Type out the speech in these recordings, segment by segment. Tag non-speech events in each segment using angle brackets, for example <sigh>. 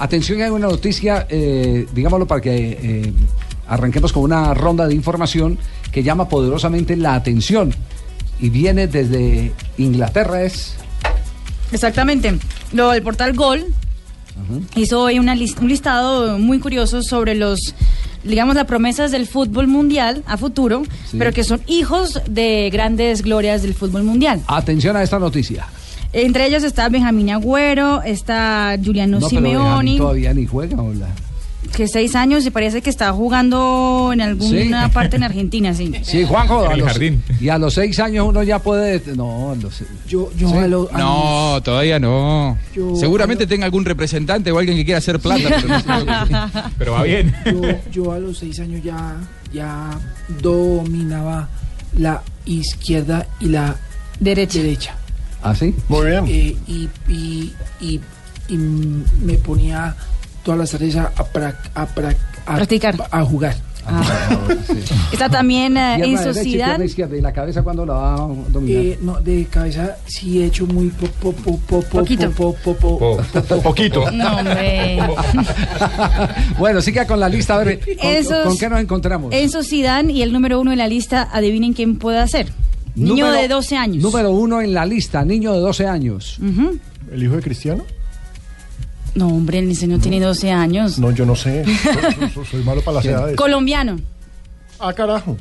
Atención, hay una noticia, eh, digámoslo para que eh, arranquemos con una ronda de información que llama poderosamente la atención y viene desde Inglaterra es. Exactamente. Lo del portal Gol hizo hoy una lis- un listado muy curioso sobre los, digamos, las promesas del fútbol mundial a futuro, Sí. pero que son hijos de grandes glorias del fútbol mundial. Atención a esta noticia. Entre ellos está Benjamín Agüero, está Juliano no, pero Benjamín Simeoni, todavía ni juega, hola. que seis años y parece que está jugando en alguna Sí. parte en Argentina, sí. Sí, Eh, Juanjo. En a el los- jardín. Y a los seis años uno ya puede. No, a los- Yo, yo Sí. a lo- a los- No, todavía no. Yo- Seguramente tenga algún representante o alguien que quiera hacer plata. Pero, no sé lo que- Pero va bien. yo, yo a los seis años ya, ya dominaba la izquierda y la Derecha. derecha. <laughs> ¿Ah, sí? <laughs> Muy bien. Eh, y, y, y, y me ponía todas las tardes a, a prac- a prac- a- Practicar. a jugar. Está también eh, Pierna Enzo derecha y pierna Zidane. izquierda. ¿Y la cabeza cuando la va a dominar? Eh, no, de cabeza sí he hecho muy po, po, po, po, po- Poquito. po- po- po- Po. Poquito. No, hombre. <laughs> bueno, siga con la lista, a <laughs> ver, ¿con, Esos- con qué nos encontramos? Enzo Zidane y el número uno en la lista, adivinen quién puede ser. Niño Número- de 12 años. Mm. Número uno en la lista, niño de 12 años. Ujú. ¿El hijo de Cristiano? No, hombre, el señor tiene 12 años. No, yo no sé. Soy, soy- soy malo para las edades. Colombiano. Ah, carajo.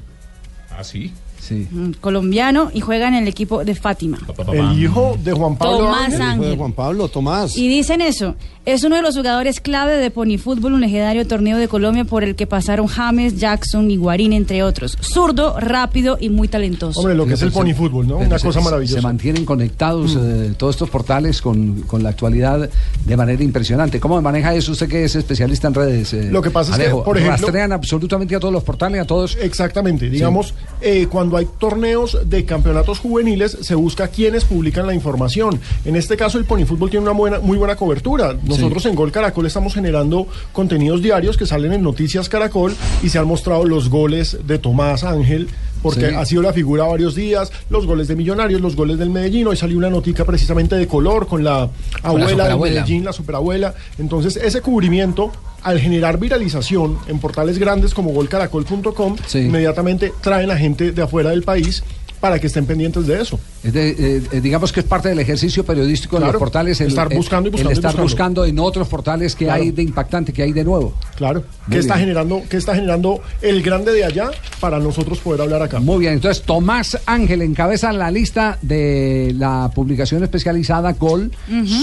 Ah, sí. Sí. Mm, Colombiano y juega en el equipo de Fátima. El hijo de Juan Pablo. Tomás Ángel. Ángel. Juan Pablo, Tomás. Y dicen eso. Es uno de los jugadores clave de Ponifútbol, un legendario torneo de Colombia por el que pasaron James, Jackson y Guarín, entre otros. Zurdo, rápido y muy talentoso. Hombre, lo que es el ponifútbol, ¿no? Pero Una se- cosa se- maravillosa. Se mantienen Mm. conectados eh, todos estos portales con, con la actualidad de manera impresionante. ¿Cómo maneja eso usted que es especialista en redes? eh, Lo que pasa es que, Alejo? por ejemplo- rastrean absolutamente a todos los portales, a todos. Exactamente, digamos, eh, cuando hay torneos de campeonatos juveniles, se busca quienes publican la información. En este caso, el Ponifútbol tiene una buena, muy buena cobertura. Nosotros en Gol Caracol estamos generando contenidos diarios que salen en Noticias Caracol y se han mostrado los goles de Tomás Ángel. Porque Sí. ha sido la figura varios días, los goles de Millonarios, los goles del Medellín. Hoy salió una notica precisamente de color con la abuela de superabuela. Medellín, la superabuela. Entonces, ese cubrimiento, al generar viralización en portales grandes como golcaracol.com, Sí. inmediatamente traen a gente de afuera del país para que estén pendientes de eso. Es de- eh, eh, digamos que es parte del ejercicio periodístico en Claro, los portales. El, estar eh, buscando y buscando el y estar buscando. buscando en otros portales que Claro. hay de impactante, que hay de nuevo. Claro. Muy ¿Qué está, bien. generando, ¿Qué está generando el grande de allá para nosotros poder hablar acá? Muy bien, entonces Tomás Ángel encabeza la lista de la publicación especializada Gol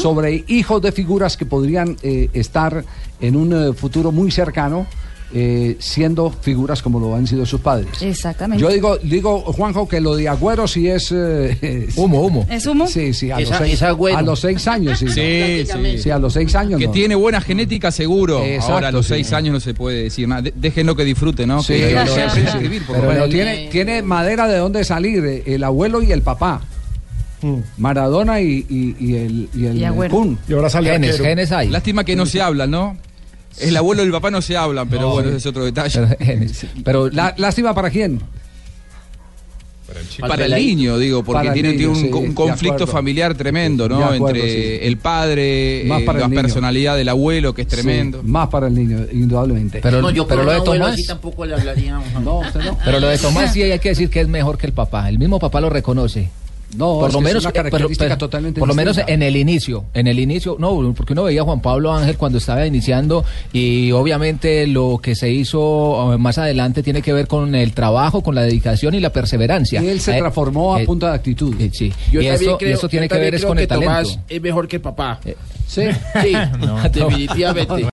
sobre hijos de figuras que podrían eh, estar en un eh, futuro muy cercano eh, siendo figuras como lo han sido sus padres. Exactamente. Yo digo, digo Juanjo, que lo de Agüero sí es... eh, <laughs> Humo, humo. ¿Es humo? Sí, sí, a, Esa- los, seis, es Agüero. a los seis años. Sí, Sí, sí. Sí, a los seis años. Que no. tiene buena genética seguro. Exacto, Ahora a los sí. seis años no se puede decir nada. De- déjenlo que disfrute, ¿no? Sí, que que pero- aprenda sí, a sí. escribir, por Pero lo menos. tiene, tiene madera de dónde salir, eh, el abuelo y el papá. Mm. Maradona y, y- y el, y el Y Agüero. Kun. Y ahora sale arquero. hay. Lástima que no se hablan, ¿no? El abuelo y el papá no se hablan, pero bueno, ese es otro <laughs> detalle. Pero la- lástima para quién. Para el niño, digo, porque Para el tiene, tiene niño, un, sí, co- un de conflicto acuerdo. familiar tremendo, ¿no? De acuerdo, Entre sí. el padre, Más eh, para la el niño. personalidad del abuelo, que es tremendo. Sí, más para el niño, indudablemente. Pero, pero lo de Tomás. tampoco le hablaría no, usted no. Pero lo de Tomás sí hay que decir que es mejor que el papá. El mismo papá lo reconoce. No, por es lo que es menos, una eh, pero- característica pero- totalmente por lo menos distinta. en el inicio, en el inicio, no, porque uno veía a Juan Pablo Ángel cuando estaba iniciando y obviamente lo que se hizo eh, más adelante tiene que ver con el trabajo, con la dedicación y la perseverancia. Y él se Eh, transformó a eh, punta de actitud. eh, sí. y, esto, y esto tiene que ver es con el talento. <laughs> es mejor que el papá. Sí. Sí, definitivamente.